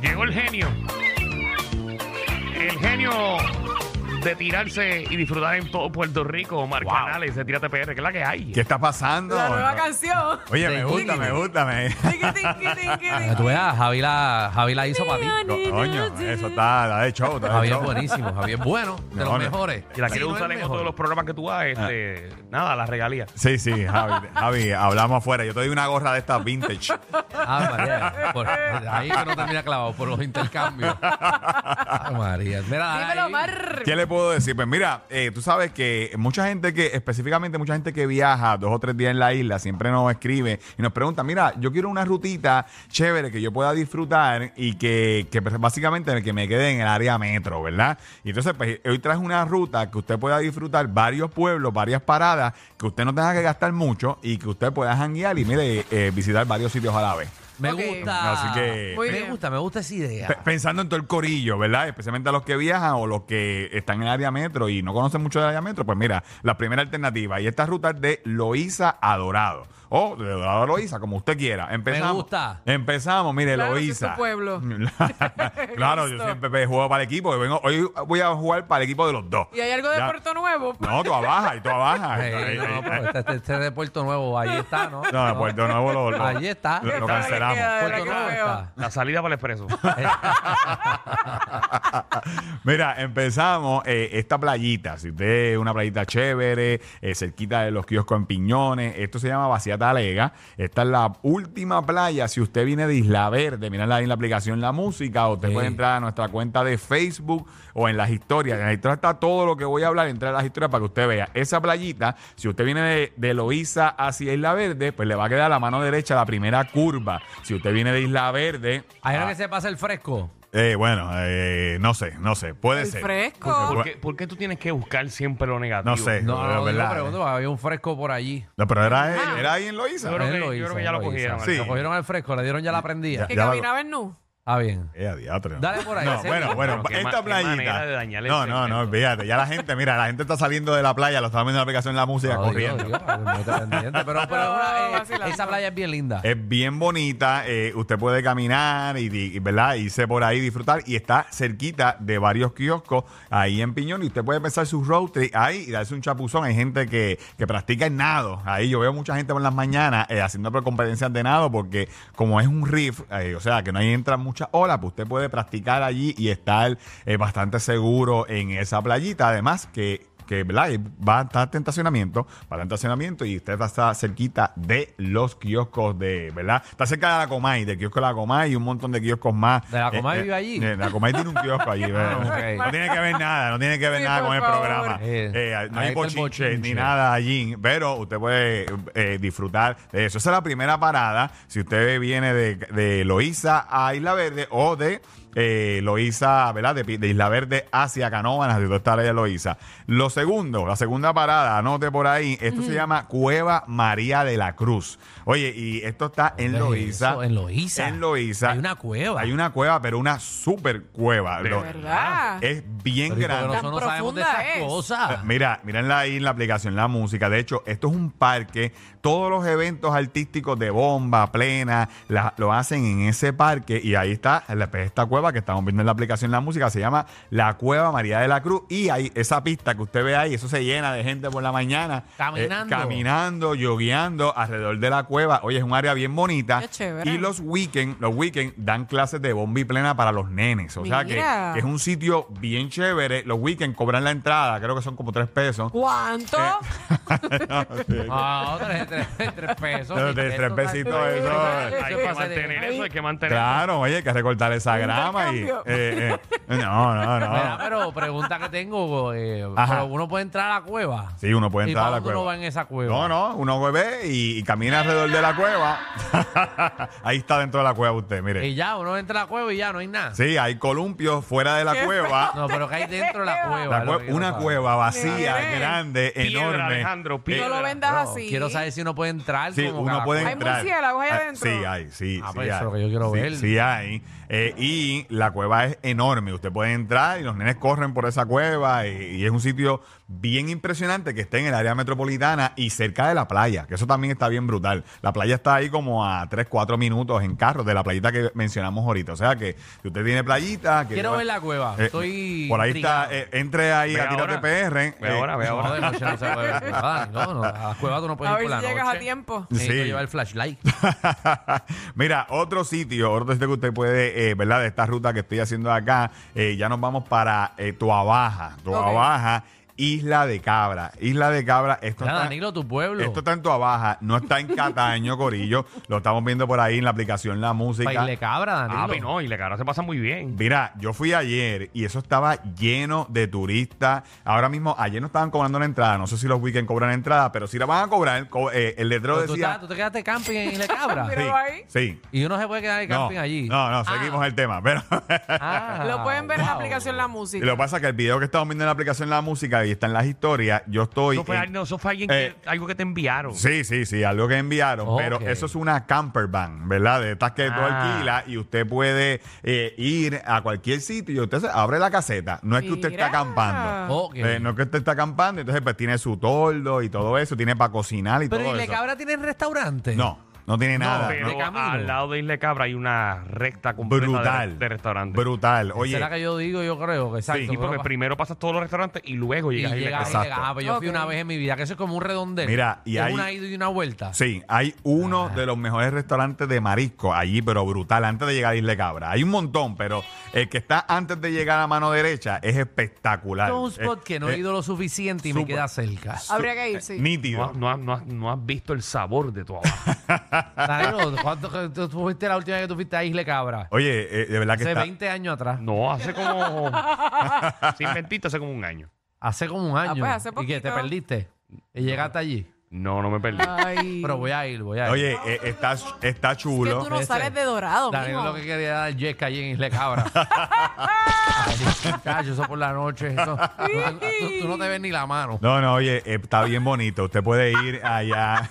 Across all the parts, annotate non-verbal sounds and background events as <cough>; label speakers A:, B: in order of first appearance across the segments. A: Llegó el genio. El genio de tirarse y disfrutar en todo Puerto Rico, Omar Canales, de Tírate PR, que es la que hay.
B: ¿Qué está pasando?
C: La nueva canción.
B: Oye, me gusta, me gusta,
C: <laughs>
B: me. <laughs>
C: Tiqui, tiqui,
D: <laughs>
C: tiqui,
D: Para que tú
C: tiqui.
D: veas, Javi la, Javi la hizo para ti.
B: Coño, eso está, está de show, está de
D: Javi es
B: show.
D: buenísimo, Javi es bueno, de los
B: Mejor.
D: mejores.
A: Y la
D: Sí,
A: quiero
D: no
A: usar
D: el
A: en todos
D: mejor.
A: los programas que tú hagas.
B: Ah.
A: Este, Nada, las regalías.
B: Sí, sí, Javi, Javi, hablamos afuera. Yo te doy una gorra de estas vintage.
D: Ah, María, por- ahí que no tendría clavado por los intercambios. Ah, María, mira,
C: Dímelo,
D: ahí.
C: Mar.
B: ¿Qué le puedo decir? Pues mira, eh, tú sabes que mucha gente que, específicamente mucha gente que viaja dos o tres días en la isla, siempre nos escribe y nos pregunta, mira, yo quiero una rutita chévere que yo pueda disfrutar y que, que pues, básicamente que me quede en el área metro, ¿verdad? Y entonces, pues hoy traes una ruta que usted pueda disfrutar varios pueblos, varias paradas, que usted no tenga que gastar mucho y que usted pueda janguear y, mire, eh, visitar varios sitios a la vez.
D: me
C: Ok.
D: gusta.
B: Así que-
C: Muy
D: me
C: bien.
D: gusta, me gusta esa idea.
B: Pe- Pensando en todo el corillo, ¿verdad? Especialmente a los que viajan o los que están en el área metro y no conocen mucho del área metro, pues mira, la primera alternativa. Y esta ruta es de Loíza a Dorado. O de Dorado a Loíza, como usted quiera. Empezamos.
D: gusta.
B: Empezamos, mire,
C: Claro, si es
B: Loíza.
C: tu pueblo.
B: <laughs> claro, yo
C: Listo.
B: siempre juego para el equipo. Hoy vengo- hoy voy a jugar para el equipo de los dos.
C: ¿Y hay algo de
B: Ya.
C: Puerto Nuevo?
B: No, tú abajas y tú abajas.
D: <laughs> Ey,
B: Ahí,
D: no,
B: ahí,
D: pero este, este- este de Puerto Nuevo, ahí está, ¿no?
B: No, de Puerto Nuevo lo, lo-
D: Ahí está.
B: lo- lo
C: Está, ahí
B: cancelamos.
C: queda. Ay,
D: Puerto
C: qué
D: Nuevo
C: feo.
D: está.
A: La salida para el
B: <laughs>
A: expreso.
B: Mira, empezamos eh, esta playita. Si usted es una playita chévere, eh, cerquita de los kioscos en piñones, esto se llama Vaciata Alega. Esta es la última playa. Si usted viene de Isla Verde, mira ahí en la aplicación La Música, o usted
D: Sí.
B: puede entrar a nuestra cuenta de Facebook o en las historias. En las historias está todo lo que voy a hablar, entrar a las historias para que usted vea. Esa playita, si usted viene de, de Loíza hacia Isla Verde, pues le va a quedar a la mano derecha la primera curva. Si usted viene de Isla Verde.
D: Ahí
B: a-
D: no que se pasa el fresco.
B: eh, bueno, eh, no sé, no sé, puede
C: El
B: ser.
C: fresco.
A: ¿Por qué, por qué tú tienes que buscar siempre lo negativo?
B: No sé,
D: No,
B: pero
D: no,
B: es
D: no,
B: verdad.
D: yo pregunto, había un fresco por allí.
B: No, pero
A: Ah.
B: era, era ahí en
A: Yo
B: Loiza.
A: creo
D: Él
A: que-
D: lo
A: yo
D: hizo,
A: creo que
D: él
A: ya lo
D: hizo.
A: cogieron.
B: Sí.
D: Lo cogieron al fresco, le dieron ya la prendida.
C: Que
B: Ya lo-
C: caminaba en nu.
D: Ah, bien.
B: Eh, a diatre.
D: Dale por ahí.
B: No,
D: ese-
B: bueno, bueno,
A: Pero qué ma-
B: esta
A: qué manera
B: playita.
A: de dañarle
B: No,
A: el
B: no, no,
A: segmento.
B: fíjate. Ya la gente, mira, la gente está saliendo de la playa, lo está viendo en la aplicación de la música
D: No, Dios,
B: corriendo.
D: Dios, no te pendiente,
C: <laughs>
D: pero, pero es una-
C: No,
D: eh,
C: vacilando.
D: esa playa es bien linda.
B: Es bien bonita, eh, usted puede caminar y, di- y, ¿verdad? irse por ahí, disfrutar y está cerquita de varios kioscos ahí en Piñón y usted puede empezar su road trip ahí y darse un chapuzón. Hay gente que, que practica el nado. Ahí yo veo mucha gente por las mañanas eh, haciendo competencias de nado porque como es un riff, eh, o sea, que no hay entran muchas olas, pues usted puede practicar allí y estar eh, bastante seguro en esa playita. Además que que ¿verdad? Y va a estar estacionamiento, para estacionamiento y usted está cerquita de los kioscos de, ¿verdad? Está cerca de la Comay, del kiosco de la Comay y un montón de kioscos más.
D: ¿De la Comay vive allí?
B: eh, la Comay tiene un kiosco allí, ¿verdad?
D: <laughs> Ah, ok.
B: No tiene que ver nada, no tiene que ver
C: Sí,
B: nada
C: por
B: con el
C: favor.
B: programa.
D: Eh,
B: Eh, no hay
D: ahí está el
B: bochinche, ni
D: bochinche.
B: nada allí, pero usted puede eh, disfrutar de eso. Esa es la primera parada, si usted viene de, de Loíza a Isla Verde o de... eh, Loíza, ¿verdad? De, Pi- de Isla Verde hacia Canóvanas, de toda esta área de Loíza. Lo segundo, la segunda parada, anote por ahí, esto
D: Mm.
B: se llama Cueva María de la Cruz. Oye, y esto está en
D: ¿Dónde es
B: Loíza.
D: eso? En Loíza.
B: En Loíza.
D: Hay una cueva.
B: Hay una cueva, pero una super cueva.
A: De
B: Lo-
C: ¿Verdad?
B: Es bien
D: Pero ¿y por qué
B: grande.
C: Tan
D: Nosotros no sabemos de
C: profunda
D: esas
C: es.
B: <laughs>
D: cosas.
B: Eh, Mira, mírenla ahí en la aplicación La Música. De hecho, esto es un parque. Todos los eventos artísticos de bomba, plena, la- lo hacen en ese parque. Y ahí está la- pues, esta cueva que estamos viendo en la aplicación La Música. Se llama La Cueva María de la Cruz. Y ahí, esa pista que usted ve ahí, eso se llena de gente por la mañana. eh,
D: Caminando.
B: caminando, yogueando alrededor de la cueva. Oye, es un área bien bonita.
C: Qué chévere.
B: Y los weekend, los weekend dan clases de bomba y plena para los nenes. O sea que,
C: Mira.
B: que es un sitio bien chévere. Los weekend cobran la entrada, creo que son como tres pesos.
C: ¿Cuánto?
B: eh,
D: Ah, tres, tres, tres pesos.
B: No, <laughs> de
D: Esto
B: tres
D: está-
B: pesitos, eso.
D: Eso es
A: Hay
D: para
A: que
D: hacer-
A: mantener eso, hay que mantener
B: Claro, oye, hay que recortar esa
C: Un
B: programa y.
C: cambio.
B: eh, eh, no, no,
D: Mira,
B: no.
D: pero pregunta que tengo, eh,
B: Ajá.
D: pero uno puede entrar a la cueva.
B: Sí, uno puede
D: ¿Y
B: entrar a
D: para
B: la
D: dónde
B: cueva.
D: uno va en esa cueva?
B: No, no, uno bebé y, y camina alrededor de la cueva. <laughs> Ahí está dentro de la cueva usted, mire.
D: Y ya, uno entra a la cueva y ya no hay nada.
B: Sí, hay columpios fuera de la
C: Qué
B: cueva.
D: No, pero que hay dentro de la cueva.
B: La
D: es lo
B: cue-
D: que quiero
B: una
D: saber.
B: cueva vacía,
C: Mire.
B: grande,
A: Piedra,
B: enorme.
A: Alejandro,
B: eh,
C: No
A: piedra.
C: lo vendas
D: No,
C: así.
D: Quiero saber si uno puede entrar.
B: Sí,
D: como
B: uno
D: cada
B: puede
D: cueva.
C: Hay
B: entrar.
C: murciélagos ahí
B: Ah,
C: adentro.
B: Sí, hay, sí.
D: Ah,
B: sí
D: pues eso
B: hay.
D: es lo que yo quiero
B: Sí,
D: ver.
B: Sí, hay. Eh, y la cueva es enorme. Usted puede entrar y los nenes corren por esa cueva y, y es un sitio bien impresionante que está en el área metropolitana y cerca de la playa, que eso también está bien brutal. La playa está ahí como a 3, 4 minutos en carro de la playita que mencionamos ahorita. O sea que si usted tiene playita... que-
D: Quiero ver la cueva.
B: Eh,
D: Estoy.
B: Por ahí
D: intrigado.
B: está. eh, entre ahí
A: Ve
B: a Tírate
A: ahora.
B: PR.
A: Ve
B: eh,
A: ahora, ve
D: No,
A: ahora.
D: de noche no se puede ver.
C: <laughs>
D: Ah, No, no, a la cueva tú no puedes
C: A ver
D: ir por la
C: si
D: noche.
C: llegas a tiempo.
D: Necesito
B: Sí.
D: llevar el flashlight.
B: <laughs> Mira, otro sitio, otro sitio que usted puede, eh, ¿verdad? De esta ruta que estoy haciendo acá, eh, ya nos vamos para eh, Tuabaja, Tuabaja, Isla de Cabra. Isla de Cabra, esto
D: Mira,
B: está-
D: Danilo, tu pueblo.
B: esto está en Tuabaja, no está en Cataño, Corillo. Lo estamos viendo por ahí en la aplicación La Música.
D: Baile cabra, Danilo.
A: Ah, pero no, y la cara se pasa muy bien.
B: Mira, yo fui ayer y eso estaba lleno de turistas. Ahora mismo, ayer no estaban cobrando la entrada. No sé si los weekends cobran entrada, pero si la van a cobrar, co- eh, el letrero
D: Pero tú,
B: decía.
D: estás- tú te quedaste camping en Isla Cabra.
C: Mira. Pero ahí.
B: <laughs> sí.
D: Y uno se puede quedar de camping
B: no,
D: allí.
B: No, no, seguimos el tema. Pero
D: Ah,
C: <laughs> Lo pueden ver en la
D: wow.
C: aplicación La
B: Y
C: Música.
B: lo que pasa es que el video que estamos viendo en la aplicación La Música y está en las historias, yo estoy.
A: Eso fue,
B: en-
A: al- no, eso fue alguien
B: eh,
A: que, algo que te enviaron.
B: Sí, sí, sí, algo que enviaron,
D: Ok.
B: pero eso es una camper van, ¿verdad? De estas que tú
A: Ah.
B: alquilas y usted puede eh, ir a cualquier sitio y usted se abre la caseta. No es que usted está
C: Mira.
B: acampando.
D: Ok.
B: Eh, no es que usted está acampando, entonces pues tiene su toldo y todo eso, tiene para cocinar y
D: Pero
B: todo
D: Isla
B: eso.
D: Cabra tiene restaurante.
B: No, no tiene
A: No,
B: nada.
A: pero
B: no.
D: de camino.
A: al lado de Isla Cabra hay una recta completa de-
B: Brutal.
A: de, restaurante.
B: Brutal. Oye.
D: ¿Será que yo digo? Yo creo que exacto.
A: Sí, porque primero pasas todos los restaurantes y luego
D: y
A: llegas a Isla
D: llega
A: Cabra.
D: Isla
B: Exacto.
D: Cabra. Yo fui
C: Ok.
D: una vez en mi vida, que eso es como un redondel.
B: Mira, y
D: es
B: ahí-
D: una ida y una vuelta.
B: Sí, hay uno
D: Ah.
B: de los mejores restaurantes de marisco allí, pero brutal, antes de llegar a Isla de Cabra. Hay un montón, pero el que está antes de llegar a mano derecha es espectacular.
D: Esto es un spot
B: Eh,
D: que no he
B: eh,
D: ido lo suficiente y me
B: súper.
D: queda cerca.
C: Habría que ir, sí.
B: Nítido.
A: No, has- no, has- no has- no has visto el sabor de tu abajo.
D: Danilo, ¿cuánto que tú, tú fuiste la última vez que tú fuiste a Isla Cabra?
B: Oye, eh, de verdad que
D: Hace
B: está...
D: 20 años atrás.
A: No, hace
B: <laughs>
A: como. Se inventiste hace como un año.
D: Hace como un año.
C: pues, hace
D: y que te
C: poquito.
D: perdiste. Y llegaste allí.
A: No, no me perdí.
C: Ah,
B: <laughs>
C: Ay.
D: Pero voy a ir, voy a ir.
B: Oye, eh, está, está
C: que
B: chulo.
C: tú no sales de dorado,
D: Danilo
C: mijo.
D: lo que quería era dar yesca allí en Isla
B: <laughs>
D: Cabra. Ay, muchacho, eso por la noche. Eso, tú, tú- tú no te ves ni la mano.
B: No, no, oye, eh, está bien bonito. Usted puede ir
D: <laughs>
B: allá.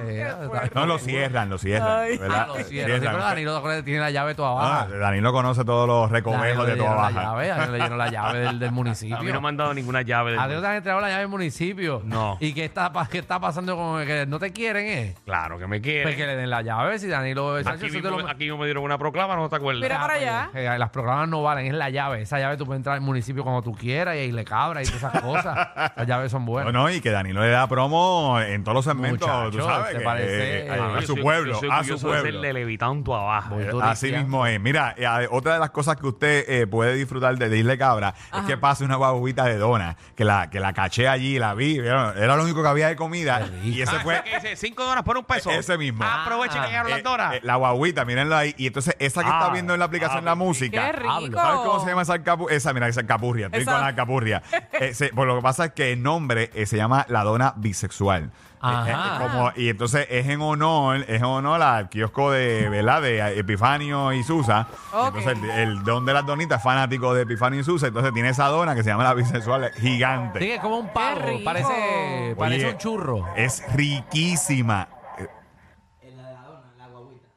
D: Eh,
B: no, lo cierran, lo cierran.
C: Ay.
B: ¿verdad?
D: Ah, lo cierran. Sí,
B: Cierran.
D: pero Danilo acuérdate, tiene la llave toda
B: Ah,
D: abajo.
B: Danilo conoce todos los
D: Danilo
B: recovejos
D: le
B: de
D: llenó
B: toda
D: La
B: baja.
D: llave, Danilo le llenó la llave del, del municipio.
A: A mí no me han dado ninguna llave
D: A Dios
A: de.
D: te han entregado la llave del municipio.
A: No.
D: ¿Y qué está, pa- qué está pasando con el que no te quieren, eh?
A: Claro que me
D: Pues que
A: quiere.
D: le den la llave si Danilo bebe.
A: Aquí mismo, aquí mismo me dieron una proclama, no te acuerdas.
C: Mira para allá.
D: Eh, las programas no valen, es la llave. Esa llave tú puedes entrar al municipio cuando tú quieras y ahí le cabra y todas
B: <laughs>
D: esas cosas. Las llaves son
B: No,
D: buenas.
B: no, y que Danilo le da promo en todos los segmentos,
D: Muchacho,
B: tú sabes.
D: te
B: que,
D: parece-
B: eh,
D: Ah,
B: a
A: Yo
B: su
A: soy-
B: pueblo,
A: yo soy
B: a su
A: orgulloso de ser
B: pueblo.
A: de Levitán, tu abajo.
D: Voy
B: Eh,
D: turista.
B: Así mismo es. Mira, eh, a- otra de las cosas que usted eh, puede disfrutar de Isla de Cabra es que pasa una guaguita de dona, que la, que la caché allí, la vi, ¿vieron? era lo único que había de comida. Y ese fue
A: Ah, Cinco dólares por un peso.
B: ese mismo.
A: Aprovechen que llegaron
B: Eh,
A: las doras.
B: eh, la guaguita, mírenla ahí. Y entonces esa que está
A: Ah,
B: viendo en la aplicación la música.
C: pues, Qué rico.
D: Hablo.
B: ¿Sabes cómo se llama esa alcapurria? Esa, mira, esa alcapurria. Estoy
C: Esa.
B: con la alcapurria. Eh, se- pues lo que pasa es que el nombre eh, se llama la dona bisexual.
D: Ajá.
B: Eh, eh, como- y entonces es en honor, es en honor al kiosco de, ¿verdad? De eh, Epifanio y Susa.
C: Ok.
B: Entonces el, el don de las donitas es fanático de Epifanio y Susa. Entonces tiene esa dona que se llama la bisexual gigante.
D: Sí, es como un
C: Qué
D: pavo.
C: rico.
D: Parece, parece
B: Oye,
D: un churro.
B: Es riquísima. Eh,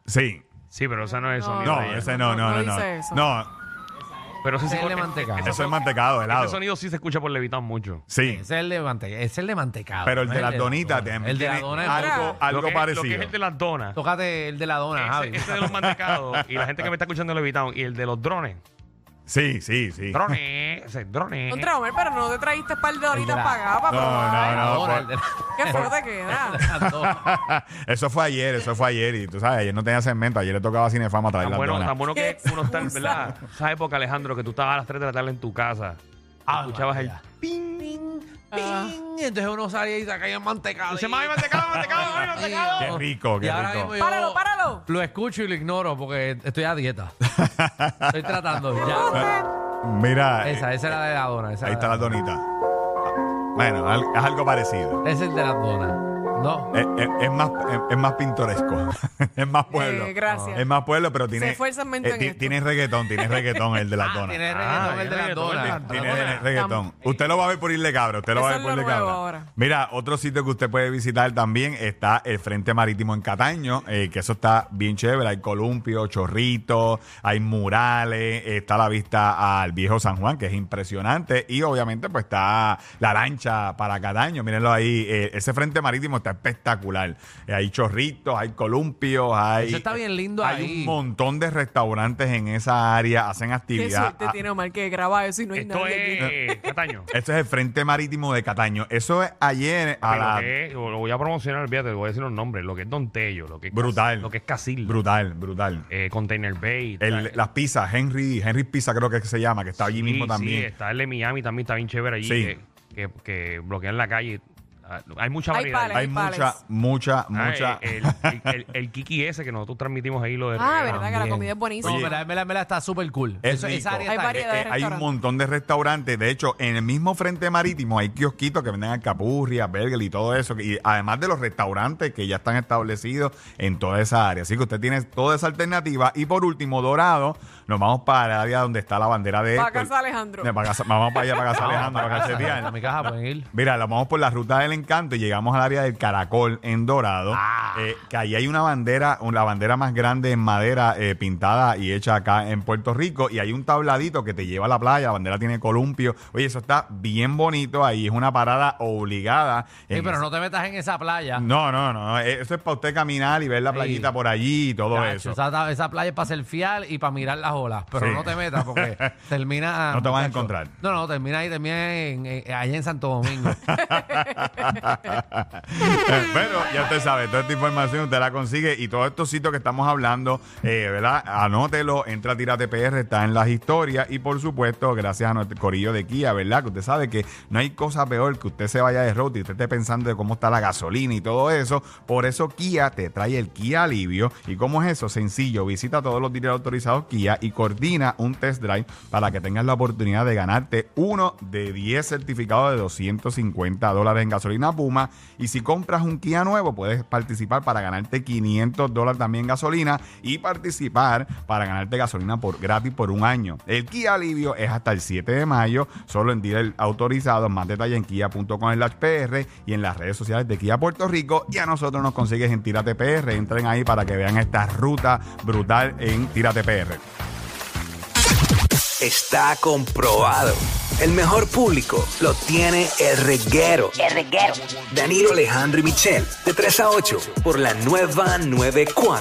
B: Sí.
A: Sí, pero esa no es eso.
C: No.
B: No, ese no, no, no.
C: No
B: No,
C: dice eso.
B: no
A: Pero ese sí
D: Ese es de
A: porque-
D: mantecado.
A: ese
B: eso es
A: son-
B: mantecado, helado.
A: Ese sonido sí se escucha por Levitán mucho.
B: Sí.
D: Ese es el de, mante es el de mantecado.
B: Pero el
D: no
B: de
D: es
B: las donitas
D: dona.
B: también
D: El de la
B: tiene
D: dona es
C: Ah,
B: algo,
C: Lo
B: algo
A: Lo que es-
B: parecido.
A: Lo que es el de las donas.
D: Tócate el de la dona, Javi.
A: Ese, ese
D: <laughs>
A: de los mantecados y la gente que me está escuchando en Levitán y el de los drones.
B: Sí, sí, sí. No,
A: Drones, ese drones.
C: Un Traomer, pero no te trajiste par de horitas
D: Mira.
C: para acá, para
B: no,
C: probar.
B: no.
D: Ahora, el
B: por-
D: de la-
C: Qué feo
B: <laughs>
C: te queda.
D: las dos.
B: <laughs> eso fue ayer, eso fue ayer. Y tú sabes, ayer no tenía segmento. Ayer le tocaba Cinefama traer
A: Tan
B: las
A: bueno,
B: donas.
A: tan bueno que
C: Qué
A: uno está,
C: excusa.
A: ¿verdad? Esa época, Alejandro, que tú estabas a las 3 de la tarde en tu casa.
D: Ah,
A: escuchabas el
D: María.
A: ping, ping,
D: ¡Ping! Entonces uno salía y sacaba mantecado.
A: Dice, mami, mantecado, mantecado, mami, mantecado.
B: Qué rico, qué
D: Y ahora
B: rico.
D: mismo yo
C: Páralo, páralo.
D: Lo escucho y lo ignoro porque estoy a dieta. estoy tratando. ya.
B: Mira, eh,
D: Esa, esa era de la dona. esa
B: ahí
D: era
B: está la
D: de
B: donita. Bueno, al- es algo parecido.
D: Es el de las donas. No.
B: Es, es- es más, es, es más pintoresco. <laughs> es más pueblo.
C: Eh, gracias.
B: Es más pueblo, pero tiene.
C: Se esfuerzan
B: eh,
C: mente en
B: ti-
C: esto.
B: Tiene reggaetón, tiene reggaetón el de las donas.
D: Tiene
A: Ah,
D: reggaetón, el de las
A: reggaetón, el de
D: donas.
A: las
B: Tiene
A: Perdona.
B: re- reggaetón. Usted lo va a ver por irle cabra. Usted lo va a
C: Eso
B: ver
C: es
B: por
C: lo
B: irle
C: nuevo
B: cabra.
C: ahora.
B: Mira, otro sitio que usted puede visitar también está el Frente Marítimo en Cataño, eh, que eso está bien chévere. Hay columpio, chorritos, hay murales, está la vista al viejo San Juan, que es impresionante. Y obviamente, pues está la lancha para Cataño. Mírenlo ahí. eh, ese Frente Marítimo está espectacular. Eh, hay chorritos, hay columpios, hay. eh,
D: Eso está bien lindo
B: Hay
D: ahí.
B: un montón de restaurantes en esa área, hacen
C: Qué
B: actividad.
C: suerte
B: Ah,
C: tiene Omar que graba eso y no hay
A: Esto
C: nadie aquí.
A: es
B: <laughs>
A: Cataño.
B: esto es el Frente Marítimo de Cataño. Eso es ayer a
A: Pero
B: la...
A: que es- lo voy a promocionar, fíjate, voy a decir los nombres, lo que es Don Tello, lo que es
B: Brutal.
A: Cas- lo que es Casil,
B: Brutal, brutal.
A: eh, Container Bay,
B: El-
A: está-
B: las pizzas, Henry, Henry Pizza creo que es que se llama, que está allí
A: sí,
B: mismo
A: sí,
B: también.
A: está el de Miami también está bien chévere allí,
B: Sí.
A: que, que, que bloquean la calle. Ah, Hay mucha
C: Hay
A: variedad.
C: pales.
B: Hay mucha, mucha,
A: Ah,
B: mucha...
A: eh, El, el- el- el Kiki ese que nosotros transmitimos ahí lo de
C: Ah,
A: reggaetón.
C: verdad que la comida es buenísima.
D: No, pero en verdad, en verdad está súper cool.
B: Es
D: Eso-
B: rico.
D: esa área
C: Hay
D: está
C: variedad. de
B: hay un
C: restaurantes.
B: montón de restaurantes. De hecho, en el mismo frente marítimo hay kiosquitos que venden alcapurria, burger y todo eso. Y además de los restaurantes que ya están establecidos en toda esa área. Así que usted tiene toda esa alternativa. Y por último, Dorado, nos vamos para el área donde está la bandera de
C: Pa'
B: Héctor.
C: casa Alejandro.
B: No, pa' casa- vamos para allá, para
D: <laughs>
B: casa Alejandro, para cachetear.
D: A mi casa pueden ir.
B: Mira, la vamos por la ruta del encanto y llegamos al área del Caracol en Dorado,
D: Ah.
B: eh, que ahí hay una bandera, la bandera más grande en madera eh, pintada y hecha acá en Puerto Rico y hay un tabladito que te lleva a la playa, la bandera tiene columpio. Oye, eso está bien bonito ahí, es una parada obligada.
D: Sí,
B: en
D: pero
B: esa-
D: no te metas en esa playa.
B: no, no, no, eh, eso es para usted caminar y ver la
D: Sí.
B: playita por allí y todo
D: Chacho,
B: eso.
D: Esa, esa playa es para surfear y para mirar las olas. Pero
B: Sí.
D: no te
B: <laughs>
D: metas porque termina.
B: No te vas a
D: muchacho.
B: encontrar.
D: No, no, termina ahí, termina en, en- allá en Santo Domingo.
B: <laughs> Pero ya usted sabe, toda esta información usted la consigue y todos estos sitios que estamos hablando, eh, ¿verdad? Anótelo, entra a Tírate PR, está en las historias y por supuesto, gracias a nuestro corillo de Kia, ¿verdad? Que usted sabe que no hay cosa peor que usted se vaya de road y usted esté pensando de cómo está la gasolina y todo eso. Por eso Kia te trae el Kia Alivio. ¿Y cómo es eso? Sencillo, visita todos los dealers autorizados Kia y coordina un test drive para que tengas la oportunidad de ganarte uno de 10 certificados de 250 dólares en gasolina Puma. Y si compras un Kia nuevo, puedes participar para ganarte 500 dólares también en gasolina y participar para ganarte gasolina por gratis por un año. El Kia Alivio es hasta el 7 de mayo, solo en dealer autorizados. Más detalle en kia.com PR y en las redes sociales de Kia Puerto Rico. Y a nosotros nos consigues en Tírate PR. Entren ahí para que vean esta ruta brutal en Tírate PR.
E: Está comprobado. El mejor público lo tiene el reguero. El reguero. Danilo Alejandro y Michel, de 3 a 8, por la nueva 94.